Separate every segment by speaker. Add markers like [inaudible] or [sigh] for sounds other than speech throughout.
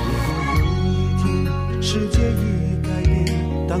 Speaker 1: 有一天，世界已改变，当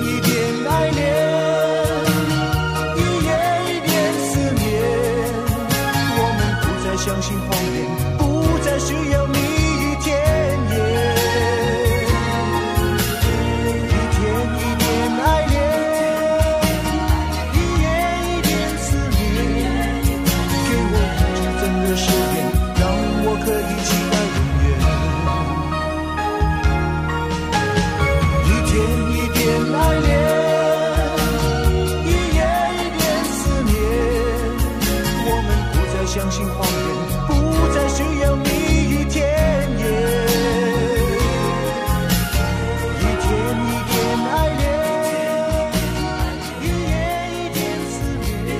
Speaker 1: 一点爱恋，一夜一点思念。我们不再相信谎言，不再需要蜜语甜言。一天一点爱恋，一夜一点思念。给我一支真的誓言，让我可以期待永远。一天一点爱恋，一夜一点思念。我们不再相信谎言，不再需要蜜语甜言。一天一点爱恋，一夜一点思念。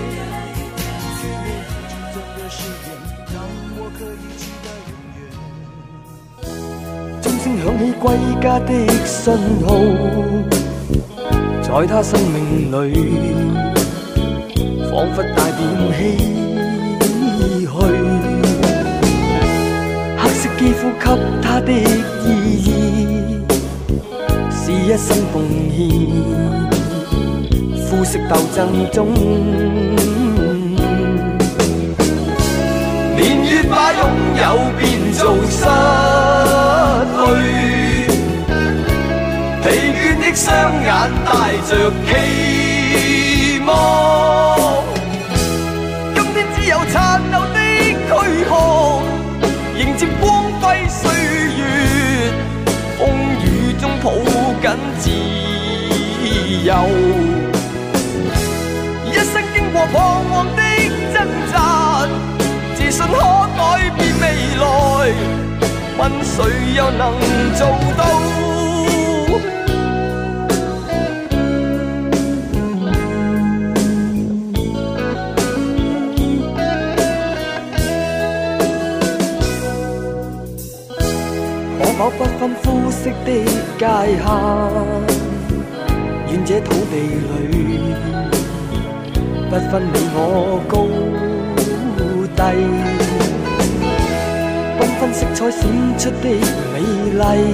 Speaker 1: 给我一句真的誓言，让我可以期待永远。
Speaker 2: 钟声响起归家的信号，在他生命里，仿佛带点唏嘘。黑色肌肤给他的意义，是一生奉献。肤色斗争中，年月把拥有变做失去，疲倦的双眼带着期望。今天只有殘留的軀殼，迎接光輝歲月，風雨中抱緊自由。一生經過彷徨的掙扎，自信可改變未來，問誰又能做到？可否不分膚色的界限，願這土地裏。不分你我高低，缤纷色彩閃出的美麗，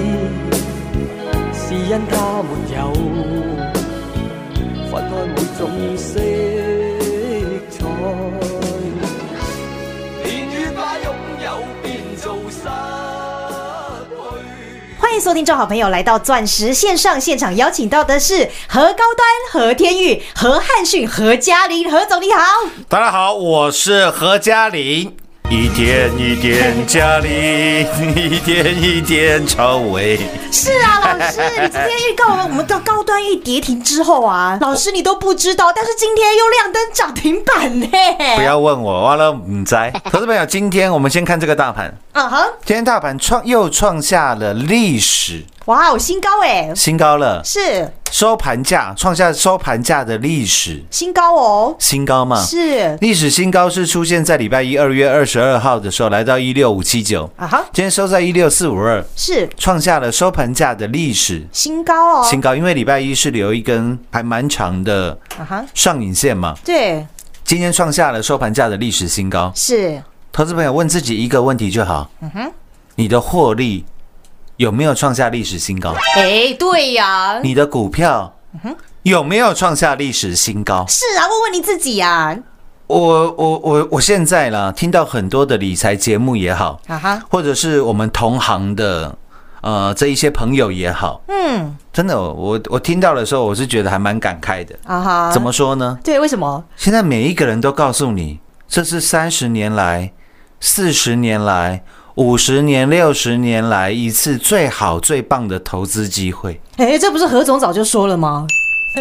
Speaker 2: 是因它沒有分開每種色彩。年月把擁有變做失去。
Speaker 3: 欢迎收听众好朋友来到钻石线上现场，邀请到的是何高端、何天玉、何汉逊、何嘉玲，何总你好。
Speaker 4: 大家好，我是何嘉玲。一点一点嘉玲，一点一点超伟。
Speaker 3: 是啊，老师，你今天预告了我们的高端玉跌停之后啊，老师你都不知道，但是今天又亮灯涨停板呢。
Speaker 4: [laughs] 不要问我，完了唔摘。投资朋友，今天我们先看这个大盘，
Speaker 3: 嗯哼，
Speaker 4: 今天大盘创又创下了历史
Speaker 3: 哇哦，新高哎，
Speaker 4: 新高了，
Speaker 3: 是
Speaker 4: 收盘价创下收盘价的历史
Speaker 3: 新高哦，
Speaker 4: 新高嘛？
Speaker 3: 是
Speaker 4: 历史新高是出现在礼拜一二月二十二号的时候，来到一六五七九，
Speaker 3: 啊哈，
Speaker 4: 今天收在一六四五二，
Speaker 3: 是
Speaker 4: 创下了收盘价的历史
Speaker 3: 新高哦，
Speaker 4: 新高，因为礼拜一是留一根还蛮长的
Speaker 3: 啊哈，
Speaker 4: 上影线嘛，
Speaker 3: 对，
Speaker 4: 今天创下了收盘价的历史新高。
Speaker 3: 是
Speaker 4: 投资朋友问自己一个问题就好，你的获利有没有创下历史新高？
Speaker 3: 哎，对呀，
Speaker 4: 你的股票有没有创下历史新高？
Speaker 3: 是啊，问问你自己呀，
Speaker 4: 我我我我现在啦，听到很多的理财节目也好，
Speaker 3: 啊哈，
Speaker 4: 或者是我们同行的呃这一些朋友也好，
Speaker 3: 嗯，
Speaker 4: 真的，我我听到的时候，我是觉得还蛮感慨的。
Speaker 3: 啊哈，
Speaker 4: 怎么？说呢？
Speaker 3: 对，为什么？
Speaker 4: 现在每一个人都告诉你，这是三十年来、四十年来、五十年、六十年来一次最好最棒的投资机会。
Speaker 3: 哎，这不是何总早就说了吗？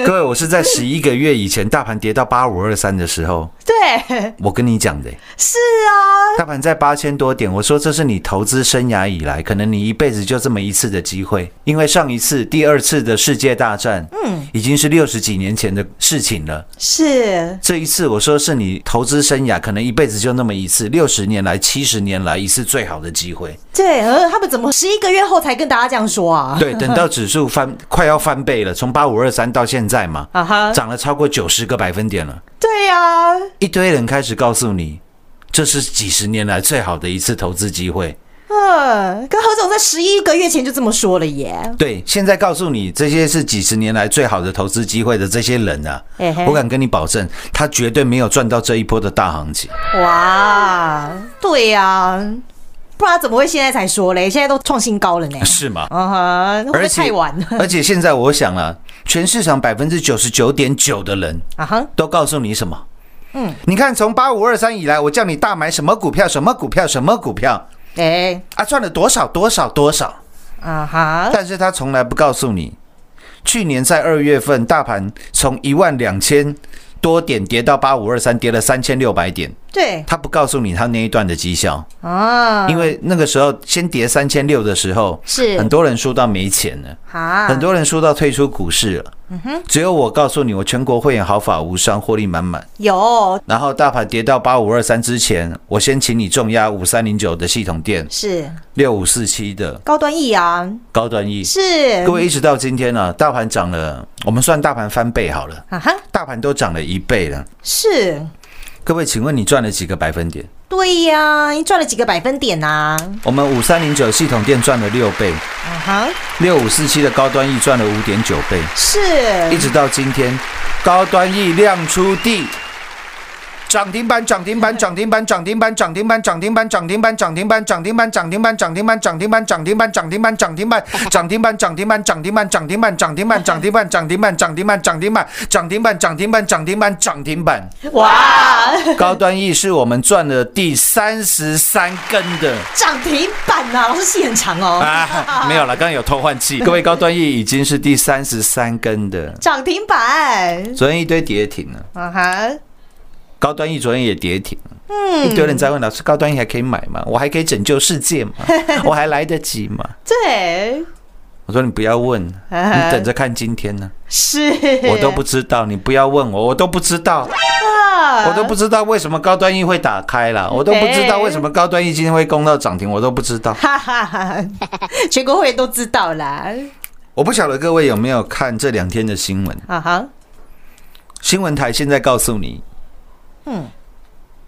Speaker 4: 各位，我是在十一个月以前，大盘跌到八五二三的时候，
Speaker 3: 对，
Speaker 4: 我跟你讲的、
Speaker 3: 是啊，
Speaker 4: 大盘在八千多点，我说这是你投资生涯以来，可能你一辈子就这么一次的机会，因为上一次第二次的世界大战，嗯，已经是六十几年前的事情了。
Speaker 3: 是，
Speaker 4: 这一次我说是你投资生涯可能一辈子就那么一次，六十年来、七十年来一次最好的机会。
Speaker 3: 对，呃，他们怎么十一个月后才跟大家这样说啊？
Speaker 4: 对，等到指数翻快要翻倍了，从八五二三到现在嘛，
Speaker 3: 啊哈，
Speaker 4: 涨了超过九十个百分点了。
Speaker 3: 对呀、
Speaker 4: 一堆人开始告诉你，这是几十年来最好的一次投资机会。
Speaker 3: 嗯，跟何总在十一个月前就这么说了耶。
Speaker 4: 对，现在告诉你这些是几十年来最好的投资机会的这些人啊
Speaker 3: 嘿嘿，
Speaker 4: 我敢跟你保证，他绝对没有赚到这一波的大行情。
Speaker 3: 哇，对呀、不然怎么会现在才说嘞？现在都创新高了呢。
Speaker 4: 是吗？
Speaker 3: 啊哈，会不会太晚了？
Speaker 4: [laughs] 而且现在我想啊，全市场百分之九十九点九的人
Speaker 3: 啊哈，
Speaker 4: 都告诉你什么？嗯，你看从八五二三以来，我叫你大买什么股票，什么股票，什么股票
Speaker 3: 哎，
Speaker 4: 啊，赚了多少多少多少，
Speaker 3: 啊哈，
Speaker 4: 但是他从来不告诉你，去年在二月份大盘从一万两千多点跌到八五二三，跌了三千六百点，
Speaker 3: 对
Speaker 4: 他不告诉你他那一段的绩效，
Speaker 3: 啊，
Speaker 4: 因为那个时候先跌三千六的时候，
Speaker 5: 是
Speaker 4: 很多人输到没钱了。
Speaker 3: 啊，嗯
Speaker 4: 很多人说到退出股市了，只有我告诉你，我全国会员毫发无伤，获利满满。
Speaker 3: 有
Speaker 4: 然后大盘跌到八五二三之前，我先请你重压五三零九的系统店，
Speaker 3: 是
Speaker 4: 六五四七的
Speaker 3: 高端疫啊，
Speaker 4: 高端 E。
Speaker 3: 是
Speaker 4: 各位一直到今天呢、大盘涨了，我们算大盘翻倍好了，
Speaker 3: 啊哈，
Speaker 4: 大盘都涨了一倍了。
Speaker 3: 是
Speaker 4: 各位，请问你赚了几个百分点？
Speaker 3: 对呀、你赚了几个百分点啊呐、
Speaker 4: 我们五三零九系统店赚了六倍，
Speaker 3: 啊？啊哈，
Speaker 4: 六五四七的高端 E 赚了五点九倍，
Speaker 3: 是
Speaker 4: 一直到今天，高端 E 亮出地，涨停板，涨停板，涨停板，涨停板，涨停板，涨停板，涨停板，涨停板，涨停板，涨停板，涨停板，涨停板，涨停板，涨停板，涨停板，涨停板，涨停板，涨停板，涨停板，涨停板，涨停板，涨停板，涨停板，涨停板，涨停板，涨停板，涨停板，涨停板。
Speaker 3: 哇，
Speaker 4: 高端 E 是我们赚了第三十三根的。
Speaker 3: 涨停板呐、啊，老师戏很长哦。
Speaker 4: 啊，没有了，刚刚有偷换气。各位，高端 E 已经是第三十三根的，
Speaker 3: 涨停板，
Speaker 4: 昨天一堆跌停了。
Speaker 3: 啊哈，
Speaker 4: 高端 E 昨天也跌停，嗯，一堆人在问老师，高端 E 还可以买吗？我还可以拯救世界吗？
Speaker 3: [laughs]
Speaker 4: 我还来得及吗？
Speaker 3: 对，
Speaker 4: 我说你不要问，啊
Speaker 3: 嗯
Speaker 4: 你等着看今
Speaker 3: [laughs]
Speaker 4: 天呢、
Speaker 3: 是，
Speaker 4: 我都不知道，你不要问我，我都不知道，
Speaker 3: 啊，
Speaker 4: 我都不知道为什么高端 E 会打开了，我都不知道为什么高端 E 今天会攻到涨停，我都不
Speaker 3: [laughs]
Speaker 4: 知道。
Speaker 3: 哈哈哈，全国会员都知道啦。
Speaker 4: 我不晓得各位有没有看这两天的新闻，
Speaker 3: 啊哈，
Speaker 4: 新闻台现在告诉你，
Speaker 3: 嗯，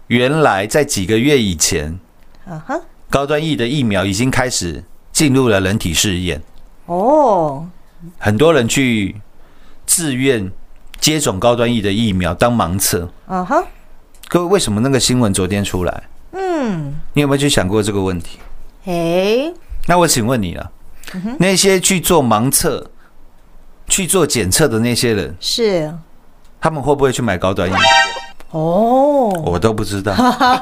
Speaker 4: 原来在几个月以前，
Speaker 3: 啊哈，
Speaker 4: 高端 E 的疫苗已经开始进入了人体试验。
Speaker 3: 哦，
Speaker 4: 很多人去自愿接种高端疫的疫苗当盲测。
Speaker 3: 啊哈，
Speaker 4: 各位，为什么那个新闻昨天出来？
Speaker 3: 嗯，
Speaker 4: 你有没有去想过这个问题？
Speaker 3: 诶，
Speaker 4: 那我请问你了，那些去做盲测、去做检测的那些人，
Speaker 3: 是，
Speaker 4: 他们会不会去买高端疫？
Speaker 3: 哦，
Speaker 4: 我都不知道。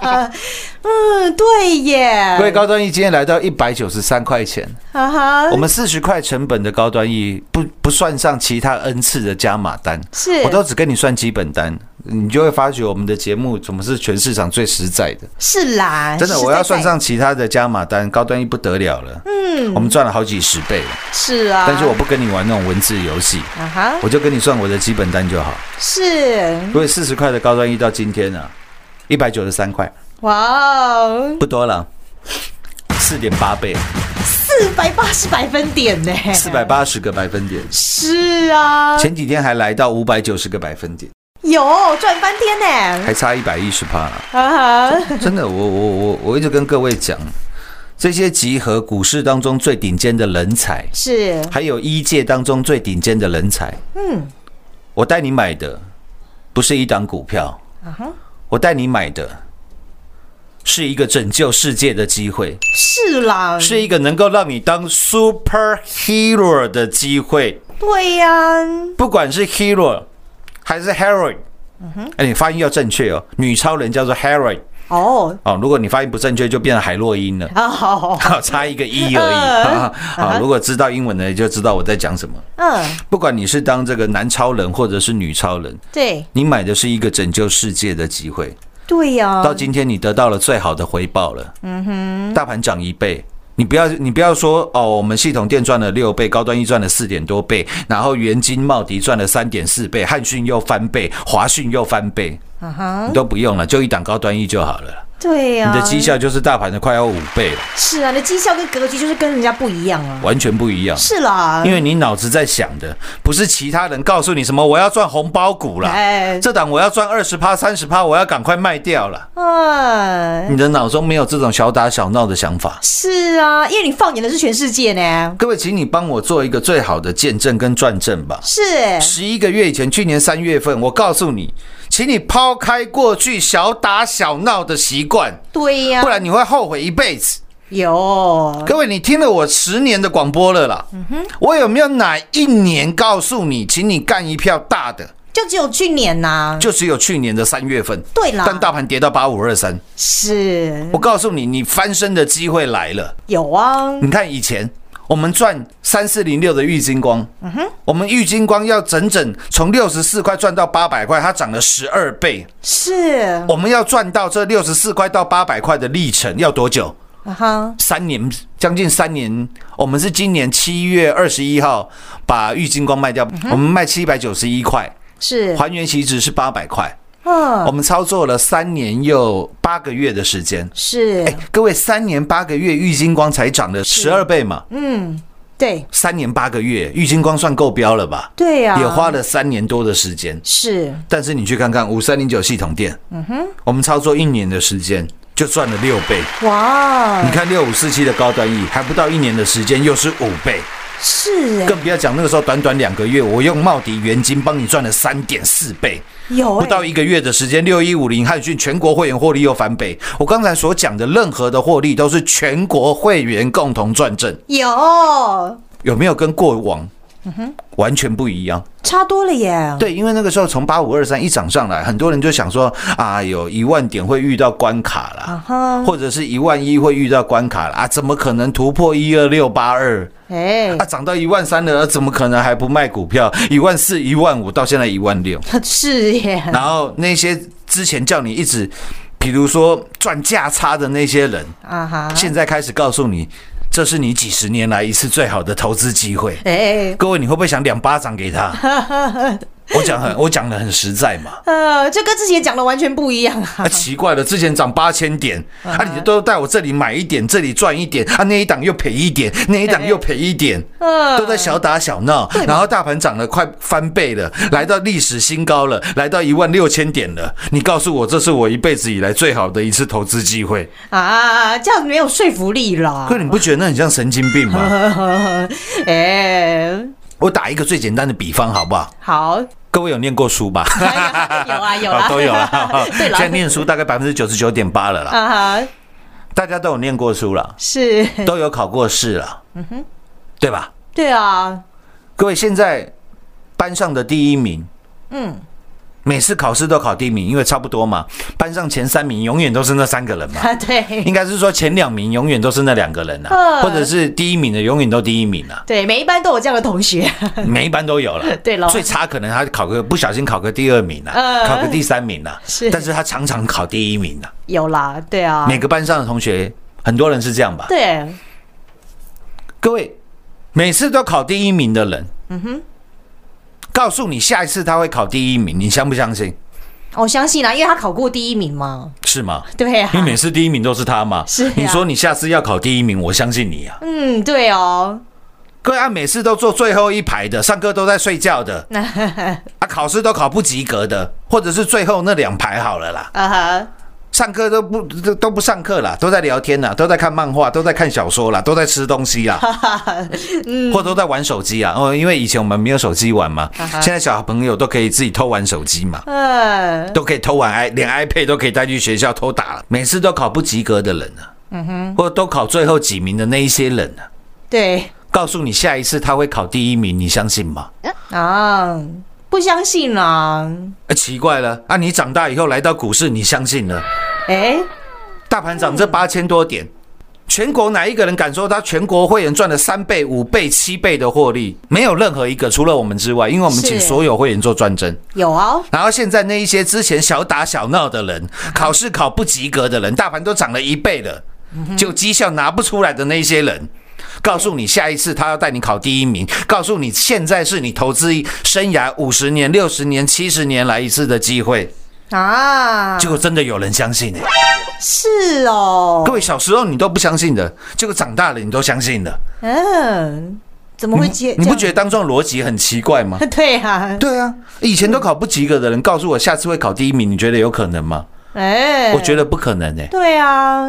Speaker 3: 嗯，对耶，
Speaker 4: 各位，高端疫今天来到一百九十三块钱，
Speaker 3: 啊哈
Speaker 4: 我，们四十块成本的高端疫，不不算上其他 n 次的加码单，
Speaker 3: 是
Speaker 4: 我都只跟你算基本单，你就会发觉我们的节目怎么是全市场最实在的。
Speaker 3: 是啦，
Speaker 4: 真的，
Speaker 3: 实
Speaker 4: 我
Speaker 3: 在
Speaker 4: 要算
Speaker 3: 在
Speaker 4: 上其他的加码单，高端一不得了了。嗯，我们赚了好几十倍了。
Speaker 3: 是啊，
Speaker 4: 但是我不跟你玩那种文字游戏，
Speaker 3: 啊嗯哈，
Speaker 4: 我就跟你算我的基本单就好。
Speaker 3: 是，
Speaker 4: 因为四十块的高端一到今天呢、啊，一百九十三块，
Speaker 3: 哇哦，
Speaker 4: 不多了，四点八倍，
Speaker 3: 哎四百八十百分点呢，
Speaker 4: 四百八十个百分点。
Speaker 3: 是啊，
Speaker 4: 前几天还来到五百九十个百分点，
Speaker 3: 有赚翻天呢，
Speaker 4: 还差一百一十趴。
Speaker 3: 啊 [laughs] 哈，
Speaker 4: 真的，我我我我一直跟各位讲，这些集合股市当中最顶尖的人才，
Speaker 3: 是，
Speaker 4: 还有一界当中最顶尖的人才。
Speaker 3: 嗯，
Speaker 4: 我带你买的不是一档股票，我带你买的是一个拯救世界的机会，
Speaker 3: 是啦，
Speaker 4: 是一个能够让你当 superhero 的机会。
Speaker 3: 对呀、
Speaker 4: 不管是 hero 还是 heroin，哎、你发音要正确哦。女超人叫做 heroin
Speaker 3: 哦，
Speaker 4: 哦，如果你发音不正确，就变成海洛因了。
Speaker 3: 啊好，
Speaker 4: [laughs] 好，差一个一而已。
Speaker 3: 嗯
Speaker 4: [laughs] 好好，如果知道英文的就知道我在讲什么。
Speaker 3: 嗯，
Speaker 4: 不管你是当这个男超人或者是女超人，
Speaker 3: 对，
Speaker 4: 你买的是一个拯救世界的机会。
Speaker 3: 对呀、
Speaker 4: 到今天你得到了最好的回报了。嗯哼，大盘涨一倍。你不要，你不要说哦，我们系统店赚了六倍，高端一赚了四点多倍，然后元金、茂迪赚了三点四倍，汉讯又翻倍，华讯又翻倍，
Speaker 3: 啊哈，
Speaker 4: 你都不用了，就一档高端一就好了。
Speaker 3: 对呀、
Speaker 4: 你的绩效就是大盘的快要五倍了，
Speaker 3: 是啊，你的绩效跟格局就是跟人家不一样啊，
Speaker 4: 完全不一样。
Speaker 3: 是啦，
Speaker 4: 因为你脑子在想的不是其他人告诉你什么我要赚红包股啦，
Speaker 3: 哎
Speaker 4: 这档我要赚二十趴、三十趴，我要赶快卖掉了。
Speaker 3: 哎，
Speaker 4: 你的脑中没有这种小打小闹的想法。
Speaker 3: 是啊，因为你放眼的是全世界呢，
Speaker 4: 各位，请你帮我做一个最好的见证跟转正吧。
Speaker 3: 是
Speaker 4: 十一个月以前，去年三月份，我告诉你，请你抛开过去小打小闹的习惯，
Speaker 3: 对呀、
Speaker 4: 不然你会后悔一辈子。
Speaker 3: 有
Speaker 4: 各位，你听了我十年的广播了啦，
Speaker 3: 嗯
Speaker 4: 我有没有哪一年告诉你，请你干一票大的？
Speaker 3: 就只有去年呐、
Speaker 4: 就只有去年的三月份，
Speaker 3: 对啦嗯
Speaker 4: 但大盘跌到八五二三，
Speaker 3: 是
Speaker 4: 我告诉你，你翻身的机会来了。
Speaker 3: 有啊，
Speaker 4: 你看以前我们赚三四零六的玉金光，
Speaker 3: 嗯
Speaker 4: 我们玉金光要整整从六十四块赚到八百块，它涨了十二倍。
Speaker 3: 是
Speaker 4: 我们要赚到这六十四块到八百块的历程要多久？
Speaker 3: 啊哈，
Speaker 4: 三年，将近三年。我们是今年七月二十一号把玉金光卖
Speaker 3: 嗯
Speaker 4: 掉，我们卖七百九十一块，
Speaker 3: 是
Speaker 4: 还原期值是八百块。我
Speaker 3: 嗯，
Speaker 4: 们操作了三年又八个月的时间。
Speaker 3: 是、
Speaker 4: 哎，各位，三年八个月，玉金光才涨了十二倍嘛，
Speaker 3: 对
Speaker 4: 三年八个月，玉金光算够标了吧？
Speaker 3: 对啊呀、
Speaker 4: 也花了三年多的时间。
Speaker 3: 是
Speaker 4: 但是你去看看五三零九系统店，嗯哼，我们操作一年的时间就赚了六倍。
Speaker 3: 哇嗯
Speaker 4: 你，看六五四七的高端 E，还不到一年的时间又是五倍，
Speaker 3: 是哎、
Speaker 4: 更不要讲那个时候短短两个月，我用茂迪元金帮你赚了三点四倍。
Speaker 3: 有
Speaker 4: 不
Speaker 3: 哎、
Speaker 4: 到一个月的时间，六一五零汉讯全国会员获利又翻倍。我刚才所讲的任何的获利，都是全国会员共同赚证，
Speaker 3: 有
Speaker 4: 有没有跟过往完全不一样？
Speaker 3: 差多了耶，
Speaker 4: 对，因为那个时候从八五二三一涨上来，很多人就想说啊，有一万点会遇到关卡
Speaker 3: 啊
Speaker 4: 啦，
Speaker 3: 哈，
Speaker 4: 或者是一万一会遇到关卡啦，啊，怎么可能突破一二六八二？
Speaker 3: 哎、
Speaker 4: 啊，涨到一万三了，啊怎么可能还不卖股票？一万四、一万五，到现在一万六。
Speaker 3: 是耶， [laughs]
Speaker 4: 然后那些之前叫你一直，比如说赚价差的那些人，
Speaker 3: 啊哈，
Speaker 4: 现在开始告诉你，这是你几十年来一次最好的投资机会。
Speaker 3: 哎、
Speaker 4: 各位，你会不会想两巴掌给他？我讲很，我讲的很实在嘛。
Speaker 3: 呃，这跟之前讲的完全不一样啊
Speaker 4: 啊，，奇怪了，之前涨八千点，啊，你都带我这里买一点，这里赚一点，啊，那一档又赔一点，那一档又赔一点，
Speaker 3: 嗯
Speaker 4: 都在小打小闹。然后大盘涨了快翻倍了，来到历史新高了，来到一万六千点了。你告诉我，这是我一辈子以来最好的一次投资机会，
Speaker 3: 啊，这样没有说服力啦
Speaker 4: 可，你不觉得那很像神经病吗？
Speaker 3: [laughs] 哎、
Speaker 4: 我打一个最简单的比方好不好？
Speaker 3: 好，
Speaker 4: 各位有念过书吧？
Speaker 3: 哎呀 [laughs] 有啊有啊
Speaker 4: 哦都有 [laughs] 啦。
Speaker 3: [laughs] 对啦
Speaker 4: 现在念书大概百分之九十九点八了啦，
Speaker 3: 啊哈，
Speaker 4: 大家都有念过书了，
Speaker 3: 是，
Speaker 4: 都有考过试了，
Speaker 3: 嗯
Speaker 4: 对吧？
Speaker 3: 对啊， [laughs]
Speaker 4: 各位，现在班上的第一名，
Speaker 3: 嗯，
Speaker 4: 每次考试都考第一名，因为差不多嘛。班上前三名永远都是那三个人嘛，
Speaker 3: 啊对
Speaker 4: 应该是说前两名永远都是那两个人啊，
Speaker 3: 嗯
Speaker 4: 或者是第一名的永远都第
Speaker 3: [laughs]
Speaker 4: 一名啊，
Speaker 3: 对，每一班都有这样的同学， [laughs]
Speaker 4: 每一班都有了。
Speaker 3: 对咯
Speaker 4: 最差可能他考个不小心考个第二名啊，
Speaker 3: 嗯
Speaker 4: 考个第三名啊，
Speaker 3: 是
Speaker 4: 但是他常常考第一名啊。
Speaker 3: 有啦，对啊，
Speaker 4: 每个班上的同学，很多人是这样吧？
Speaker 3: 对，
Speaker 4: 各位，每次都考第一名的人，嗯哼，告诉你下一次他会考第一名，你相不相信？
Speaker 3: 我相信啦，啊因为他考过第一名嘛，
Speaker 4: 是吗？
Speaker 3: 对啊
Speaker 4: 因，为每次第一名都是他嘛。
Speaker 3: [laughs] 是啊
Speaker 4: 你说你下次要考第一名，我相信你啊。
Speaker 3: 嗯，对哦，
Speaker 4: 各位啊，每次都坐最后一排的，上课都在睡
Speaker 3: [laughs]
Speaker 4: 觉的，啊，考试都考不及格的，或者是最后那两排好了啦。
Speaker 3: 啊哈，
Speaker 4: 上课都不都都不上课啦，都在聊天啦，都在看漫画，都在看小说啦，都在吃
Speaker 3: [laughs]
Speaker 4: 东西啦，
Speaker 3: 嗯
Speaker 4: 或都在玩手机啊。哦，因为以前我们没有手机玩嘛，现在小朋友都可以自己偷玩手机嘛，
Speaker 3: 嗯，
Speaker 4: 都可以偷玩 i 连 iPad 都可以带去学校偷打了，每次都考不及格的人啊，嗯哼，或都考最后几名的那一些人啊，
Speaker 3: 对
Speaker 4: 告诉你下一次他会考第一名，你相信吗？
Speaker 3: 啊，不相信啦，
Speaker 4: 啊、奇怪了，啊，你长大以后来到股市，你相信了？
Speaker 3: 哎、
Speaker 4: 大盘涨这八千多点，全国哪一个人敢说他全国会员赚了三倍、五倍、七倍的获利？没有任何一个，除了我们之外，因为我们
Speaker 3: 是
Speaker 4: 请所有会员做专征。
Speaker 3: 有啊、
Speaker 4: 然后现在那一些之前小打小闹的人，
Speaker 3: 嗯
Speaker 4: 考试考不及格的人，大盘都涨了一倍了，
Speaker 3: 嗯
Speaker 4: 就绩效拿不出来的那一些人。告诉你，下一次他要带你考第一名。告诉你，现在是你投资生涯五十年、六十年、七十年来一次的机会。
Speaker 3: 嗯啊，
Speaker 4: 结果真的有人相信、欸，
Speaker 3: 是哦
Speaker 4: 各，位小时候你都不相信的，结果长大了你都相信了，
Speaker 3: 嗯，怎么会接？
Speaker 4: 你不觉
Speaker 3: 得？
Speaker 4: 得当中的逻辑很奇怪吗？
Speaker 3: [laughs] 对啊，
Speaker 4: 对啊，以前都考不及格的人告诉我下次会考第一名，你觉得有可能吗？
Speaker 3: 哎、
Speaker 4: 我觉
Speaker 3: 得
Speaker 4: 得不可能哎、
Speaker 3: 对啊，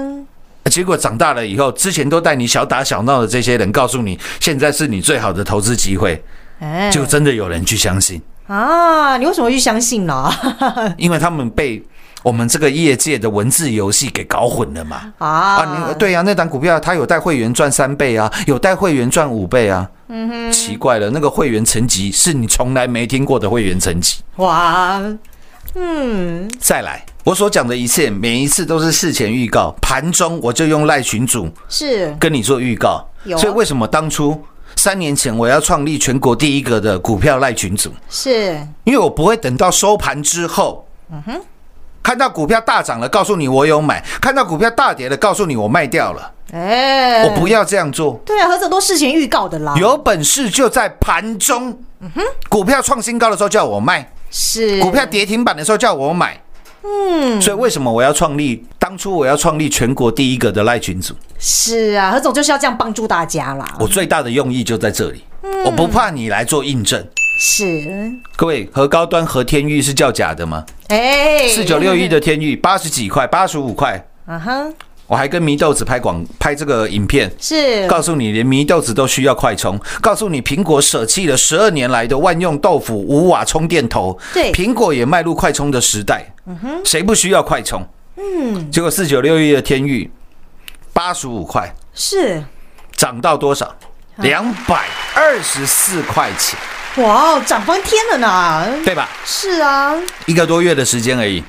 Speaker 4: 结果长大了以后，之前都带你小打小闹的这些人告诉你，现在是你最好的投资机会，
Speaker 3: 哎、
Speaker 4: 就真的有人去相信，
Speaker 3: 啊，你为什么会去相信呢？ [laughs]
Speaker 4: 嗯因为他们被我们这个业界的文字游戏给搞混了嘛。
Speaker 3: 啊，
Speaker 4: 啊，你对呀、那档股票它有带会员赚三倍啊，有带会员赚五倍啊。嗯哼，奇怪了，那个会员层级是你从来没听过的会员层级。
Speaker 3: 哇，嗯，
Speaker 4: 再来，我所讲的一切，每一次都是事前预告，盘中我就用赖群主
Speaker 3: 是
Speaker 4: 跟你做预告。
Speaker 3: 有啊
Speaker 4: 所以为什么当初三年前我要创立全国第一个的股票赖群组？
Speaker 3: 是，
Speaker 4: 因为我不会等到收盘之后，看到股票大涨了，告诉你我有买；看到股票大跌了，告诉你我卖掉了。
Speaker 3: 哎、
Speaker 4: 我不要这样做。
Speaker 3: 对啊，何者都事前预告的啦，
Speaker 4: 有本事就在盘中，股票创新高的时候叫我卖，
Speaker 3: 嗯是
Speaker 4: 股票跌停板的时候叫我买。嗯，所以为什么我要创立？当初我要创立全国第一个的赖群组，
Speaker 3: 是啊，何总就是要这样帮助大家啦，
Speaker 4: 我最大的用意就在这里。
Speaker 3: 嗯
Speaker 4: 我不怕你来做印证。
Speaker 3: 是，
Speaker 4: 各位，和高端和天域是叫假的吗？
Speaker 3: 哎、
Speaker 4: 四九六一的天域八十几块，八十五块，
Speaker 3: 啊哈，
Speaker 4: 我还跟迷豆子拍广拍这个影片，
Speaker 3: 是
Speaker 4: 告诉你，连迷豆子都需要快充。告诉你，苹果舍弃了十二年来的万用豆腐无瓦充电头，
Speaker 3: 对
Speaker 4: 苹果也迈入快充的时代。谁不需要快充？嗯，结果四九六一的天域八十五块
Speaker 3: 是，
Speaker 4: 涨到多少？两百二十四块钱，
Speaker 3: 哇哦，涨翻天了呢，
Speaker 4: 对吧？
Speaker 3: 是啊，
Speaker 4: 一个多月的时间而已，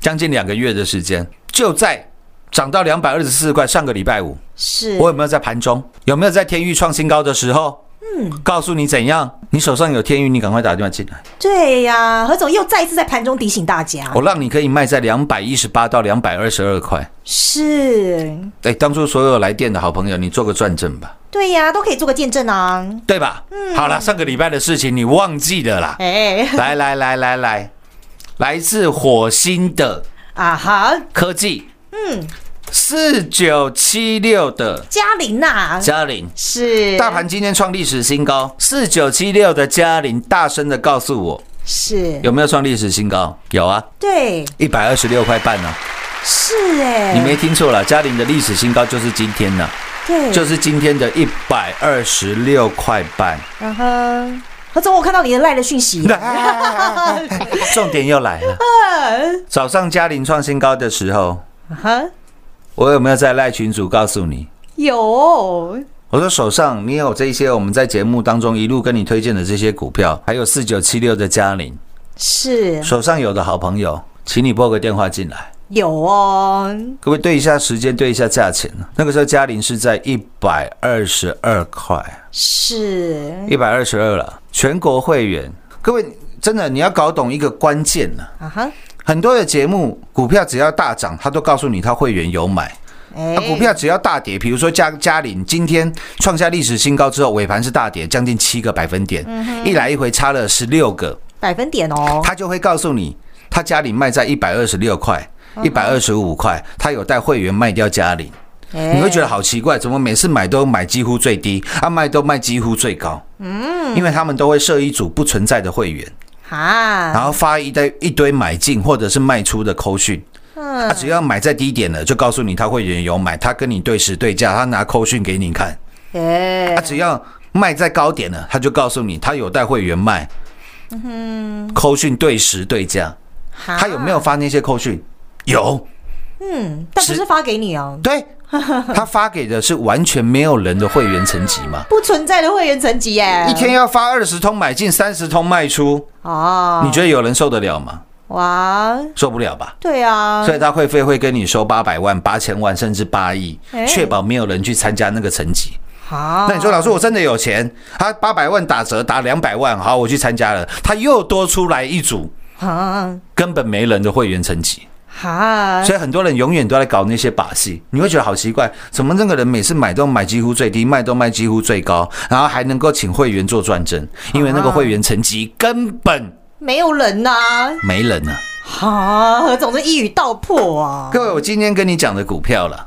Speaker 4: 将近两个月的时间，就在涨到两百二十四块。上个礼拜五，
Speaker 3: 是，
Speaker 4: 我有没有在盘中？有没有在天域创新高的时候？嗯，告诉你怎样，你手上有天域，你赶快打电话进来，
Speaker 3: 对呀、何总又再一次在盘中提醒大家，
Speaker 4: 我让你可以卖在两百一十八到两百二十二块。
Speaker 3: 是，
Speaker 4: 哎，当初所有来电的好朋友，你做个转正吧，
Speaker 3: 对呀、都可以做个见证啊，
Speaker 4: 对吧？嗯，好了，上个礼拜的事情你忘记了啦。
Speaker 3: 哎、 [laughs]
Speaker 4: 来来来来来，来自火星的
Speaker 3: 啊哈，
Speaker 4: 科技，嗯，四九七六的
Speaker 3: 嘉玲呐、
Speaker 4: 嘉玲，
Speaker 3: 是
Speaker 4: 大盘今天创历史新高，四九七六的嘉玲大声的告诉我，
Speaker 3: 是，
Speaker 4: 有没有创历史新高？有啊，
Speaker 3: 对，
Speaker 4: 一百二十六块半呢、啊，
Speaker 3: 是哎、
Speaker 4: 你没听错了，嘉玲的历史新高就是今天呢、
Speaker 3: 对，
Speaker 4: 就是今天的一百二十六块半。
Speaker 3: 啊哈，何总，我看到你的赖的讯息，
Speaker 4: [laughs] 重点又来了，早上嘉玲创新高的时候，
Speaker 3: 啊哈，
Speaker 4: 我有没有在赖群主告诉你？
Speaker 3: 有，
Speaker 4: 我说手上你有这些我们在节目当中一路跟你推荐的这些股票，还有四九七六的嘉玲，
Speaker 3: 是
Speaker 4: 手上有的好朋友，请你拨个电话进来。
Speaker 3: 有哦，
Speaker 4: 各位对一下时间，对一下价钱。啊那个时候嘉玲是在一百二十二块，
Speaker 3: 是
Speaker 4: 一百二十二了，全国会员。各位真的你要搞懂一个关键呢、
Speaker 3: 啊哈，
Speaker 4: 很多的节目股票只要大涨，他都告诉你他会员有买。
Speaker 3: 哎、
Speaker 4: 那股票只要大跌，比如说嘉嘉玲今天创下历史新高之后，尾盘是大跌将近七个百分点，一来一回差了十六个，
Speaker 3: 百分点哦，
Speaker 4: 他就会告诉你，他嘉玲卖在一百二十六块。
Speaker 3: 嗯
Speaker 4: 一百二十五块，他有带会员卖掉嘉玲，
Speaker 3: 哎
Speaker 4: 你会觉得好奇怪，怎么每次买都买几乎最低，啊卖都卖几乎最高？嗯，因为他们都会设一组不存在的会员，
Speaker 3: 哈，
Speaker 4: 然后发一堆一堆买进或者是卖出的扣讯，
Speaker 3: 嗯
Speaker 4: 他只要买在低点了，就告诉你他会员有买，他跟你对时对价，他拿扣讯给你看。啊
Speaker 3: 哎
Speaker 4: 他，只要卖在高点了，他就告诉你他有带会员卖。嗯，扣讯对时对价，
Speaker 3: 啊
Speaker 4: 他有没有发那些扣讯？有，
Speaker 3: 但不是发给你哦，
Speaker 4: 对， [laughs] 他发给的是完全没有人的会员层级嘛。
Speaker 3: 不存在的会员层级耶。
Speaker 4: 一天要发二十通买进，三十通卖出，
Speaker 3: 哦，
Speaker 4: 你觉得有人受得了吗？
Speaker 3: 哇，
Speaker 4: 受不了吧？
Speaker 3: 对啊，
Speaker 4: 所以他会费会跟你收八百万、八千万，甚至八亿
Speaker 3: 哎，
Speaker 4: 确保没有人去参加那个层级。
Speaker 3: 好，
Speaker 4: 那你说，老师，我真的有钱，他八百万打折打两百万，好，我去参加了，他又多出来一组
Speaker 3: 哈
Speaker 4: 根本没人的会员层级，
Speaker 3: 哈，
Speaker 4: 所以很多人永远都在搞那些把戏，你会觉得好奇怪，怎么那个人每次买都买几乎最低，卖都卖几乎最高，然后还能够请会员做转正，因为那个会员层级根本
Speaker 3: 没有人呐、
Speaker 4: 没人啊。
Speaker 3: 啊，哈，总是一语道破啊，
Speaker 4: 各位，我今天跟你讲的股票了，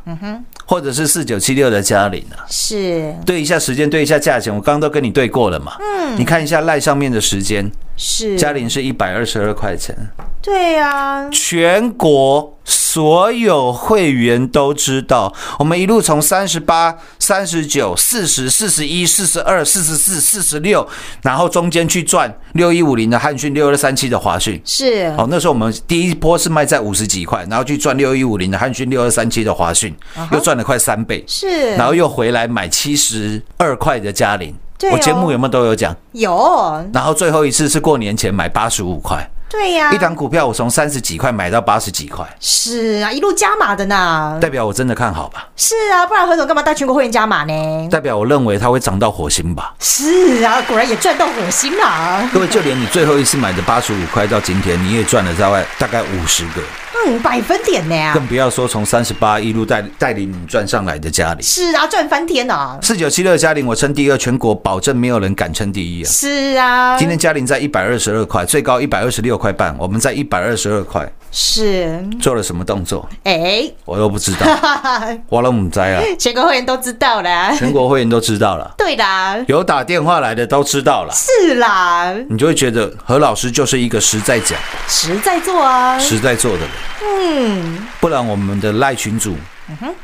Speaker 4: 或者是四九七六的嘉玲啊。
Speaker 3: 是
Speaker 4: 对一下时间，对一下价钱，我刚刚都跟你对过了嘛。嗯，你看一下赖上面的时间，
Speaker 3: 是，
Speaker 4: 嘉玲是一百二十二块钱，
Speaker 3: 对啊，
Speaker 4: 全国所有会员都知道，我们一路从三十八、三十九、四十、四十一、四十二、四十四、四十六，然后中间去赚六一五零的汉讯，六二三七的华讯。
Speaker 3: 是
Speaker 4: 好，那时候我们第一波是卖在五十几块，然后去赚六一五零的汉讯，六二三七的华讯，又赚了快三倍。
Speaker 3: 啊是，
Speaker 4: 然后又回来买七十二块的嘉玲。
Speaker 3: 对哦
Speaker 4: 我节目有没有都有讲？
Speaker 3: 有，
Speaker 4: 然后最后一次是过年前买八十五块，
Speaker 3: 对呀、
Speaker 4: 一档股票我从三十几块买到八十几块，
Speaker 3: 是啊，一路加码的呢，
Speaker 4: 代表我真的看好吧？
Speaker 3: 是啊，不然何总干嘛带全国会员加码呢？
Speaker 4: 代表我认为它会涨到火星吧？
Speaker 3: 是啊，果然也赚到火星啦、
Speaker 4: 各位，就连你最后一次买的八十五块到今天，你也赚了大概大概五十个，
Speaker 3: 嗯，百分点呢、
Speaker 4: 更不要说从三十八一路带带领你赚上来的嘉玲。
Speaker 3: 是啊，赚翻天啊！
Speaker 4: 四九七六嘉玲，我称第二，全国保证没有人敢称第一啊！
Speaker 3: 是啊，
Speaker 4: 今天嘉玲在一百二十二块，最高一百二十六块半，我们在一百二十二块，
Speaker 3: 是
Speaker 4: 做了什么动作，
Speaker 3: 哎， [laughs]
Speaker 4: 我又不知道，
Speaker 3: 哈哈，
Speaker 4: 我都不知啊。
Speaker 3: 全国会员都知道啦，
Speaker 4: 全国会员都知道了，
Speaker 3: 对啦，
Speaker 4: 有打电话来的都知道了，
Speaker 3: 是啦，
Speaker 4: 你就会觉得何老师就是一个实在讲、
Speaker 3: 实在做啊，
Speaker 4: 实在做的人。嗯，不然我们的赖群主。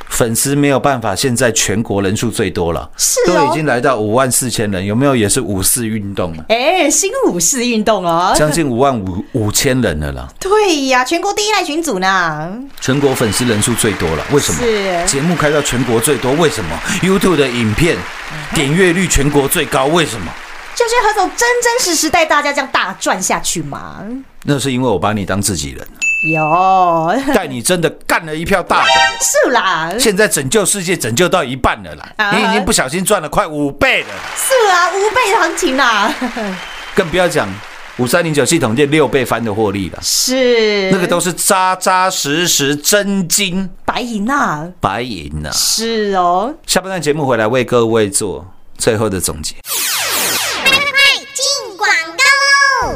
Speaker 4: 粉丝没有办法，现在全国人数最多了，
Speaker 3: 是
Speaker 4: 都
Speaker 3: 哦
Speaker 4: 已经来到五万四千人，有没有也是五四运动了，
Speaker 3: 哎，新武士运动哦，
Speaker 4: 将近五万五五千人了啦，
Speaker 3: 对呀，全国第一赖群组呢，
Speaker 4: 全国粉丝人数最多了，为什么？
Speaker 3: 是
Speaker 4: 节目开到全国最多，为什么？YouTube 的影片
Speaker 3: 嗯
Speaker 4: 点阅率全国最高，为什么？
Speaker 3: 就是何总真真实实带大家这样大赚下去嘛，
Speaker 4: 那是因为我把你当自己人，
Speaker 3: [laughs] 有
Speaker 4: 带你真的干了一票大的，
Speaker 3: 是啦，
Speaker 4: 现在拯救世界拯救到一半了啦，
Speaker 3: 嗯啊
Speaker 4: 你已经不小心赚了快五倍了啦，
Speaker 3: 是啊，五倍的行情啊啦，
Speaker 4: 更不要讲五三零九系统店六倍翻的获利了，
Speaker 3: 是
Speaker 4: 那个都是扎扎实实真金
Speaker 3: 白银啊，
Speaker 4: 白银呐、啊。
Speaker 3: 是哦，
Speaker 4: 下半段节目回来为各位做最后的总结。
Speaker 5: 进广告喽！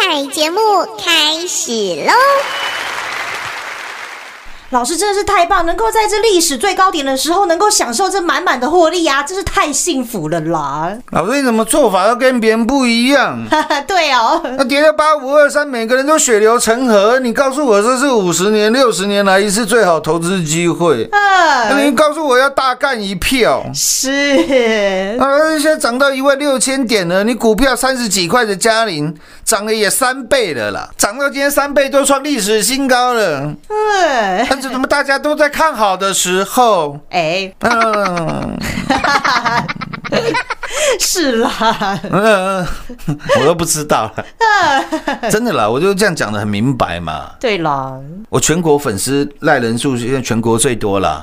Speaker 5: 彩节目开始喽！
Speaker 3: 老师真的是太棒，能够在这历史最高点的时候，能够享受这满满的获利啊，真是太幸福了啦！ [laughs]
Speaker 4: 老师，你怎么做法都跟别人不一样？
Speaker 3: 哈哈，对哦，
Speaker 4: 那跌到八五二三，每个人都血流成河。你告诉我这是五十年、六十年来一次最好投资机会，那
Speaker 3: 嗯，
Speaker 4: 你告诉我要大干一票。
Speaker 3: 是，
Speaker 4: 啊，现在涨到一万六千点了，你股票三十几块的嘉玲涨了也三倍了啦，涨到今天三倍都创历史新高了。
Speaker 3: 嗯，
Speaker 4: 那、但是怎么大家都在看好的时候，
Speaker 3: 哎，
Speaker 4: 嗯
Speaker 3: 是啦，
Speaker 4: 嗯，我都不知道了，真的啦，我就这样讲的很明白嘛。
Speaker 3: 对啦，
Speaker 4: 我全国粉丝赖人数现在全国最多啦。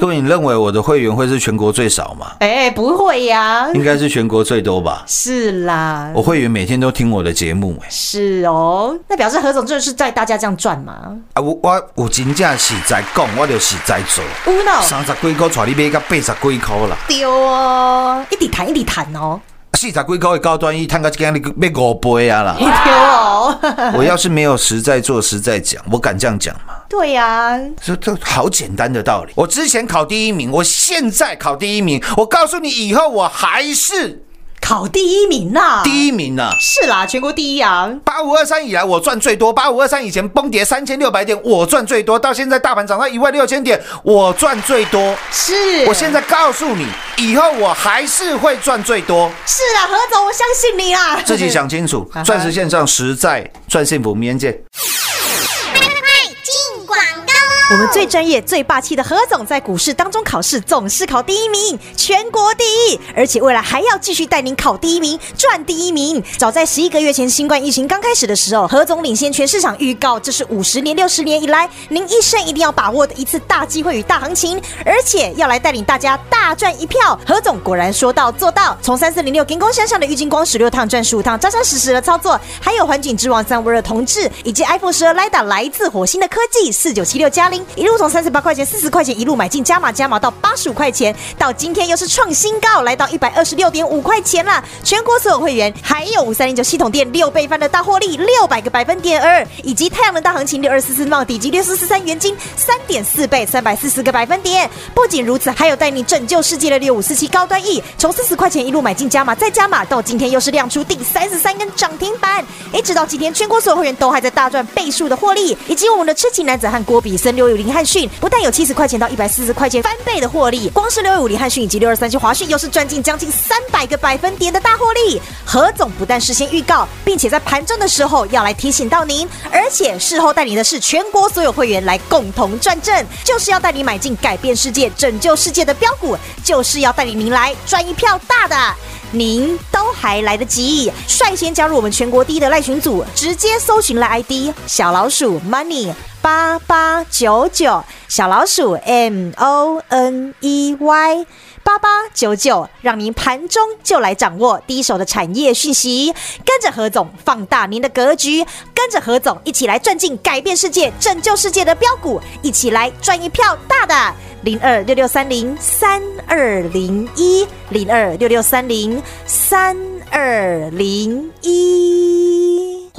Speaker 4: 各位，你认为我的会员会是全国最少吗？
Speaker 3: 哎，不会呀，
Speaker 4: 应该是全国最多吧。
Speaker 3: 是啦，
Speaker 4: 我会员每天都听我的节目、哎
Speaker 3: 是哦，那表示何总真的是带大家这样赚嘛
Speaker 4: 啊，我我我真正是在讲，我就是在做。
Speaker 3: ？Uno
Speaker 4: 三十几块带你买到八十几块啦，
Speaker 3: 丢哦，一底谈一底谈哦，
Speaker 4: 啊四十几块的高端一探到今你要五倍啊啦
Speaker 3: 一！丢哦，
Speaker 4: 我要是没有实在做实在讲，我敢这样讲吗？
Speaker 3: [laughs] 对呀，
Speaker 4: 这这好简单的道理。我之前考第一名，我现在考第一名，我告诉你，以后我还是
Speaker 3: 考第一名呐，
Speaker 4: 第一名啊！
Speaker 3: 是啦，全国第一啊，
Speaker 4: 八五二三以来我赚最多，八五二三以前崩跌三千六百点我赚最多，到现在大盘涨到一万六千点我赚最多。
Speaker 3: 是，
Speaker 4: 我现在告诉你，以后我还是会赚最多。
Speaker 3: 是啦，何总，我相信你啦，
Speaker 4: 自己想清楚
Speaker 3: 啊哈，
Speaker 4: 钻石线上实在赚幸福，明天见。
Speaker 5: 进广告
Speaker 3: 我们最专业、最霸气的何总，在股市当中考试总是考第一名，全国第一，而且未来还要继续带您考第一名、赚第一名。早在十一个月前，新冠疫情刚开始的时候，何总领先全市场预告，这是五十年、六十年以来您一生一定要把握的一次大机会与大行情，而且要来带领大家大赚一票。何总果然说到做到，从三四零六金光闪闪的郁金光十六趟赚十五趟，扎扎实实的操作，还有环境之王三五二同志以及 iPhone 十二 Lida 来自火星的科技四九七六加零，一路从三十八块钱、四十块钱一路买进，加码加码到八十五块钱，到今天又是创新高，来到一百二十六点五块钱啦！全国所有会员还有五三零九系统店六倍翻的大获利，六百个百分点二，以及太阳能大行情六二四四茂底及六四四三元金三点四倍，三百四十个百分点。不仅如此，还有带你拯救世界的六五四七高端 E，从四十块钱一路买进加码再加码，到今天又是亮出第三十三根涨停板，一直到今天全国所有会员都还在大赚倍数的获利，以及我们的痴情男子汉郭比森刘友林汉逊，不但有七十块钱到一百四十块钱翻倍的获利，光是六五零汉逊以及六二三七华讯又是赚进将近三百个百分点的大获利。何总不但事先预告，并且在盘中的时候要来提醒到您，而且事后带领的是全国所有会员来共同赚正，就是要带你买进改变世界、拯救世界的标股，就是要带领您来赚一票大的。您都还来得及，率先加入我们全国第一的赖群组，直接搜寻赖 ID 小老鼠 money 八八九九，小老鼠 M O N E Y。八八九九，让您盘中就来掌握第一手的产业讯息，跟着何总放大您的格局，跟着何总一起来赚进改变世界、拯救世界的标股，一起来赚一票大的零二六六三零三二零一零二六六三零三二零一。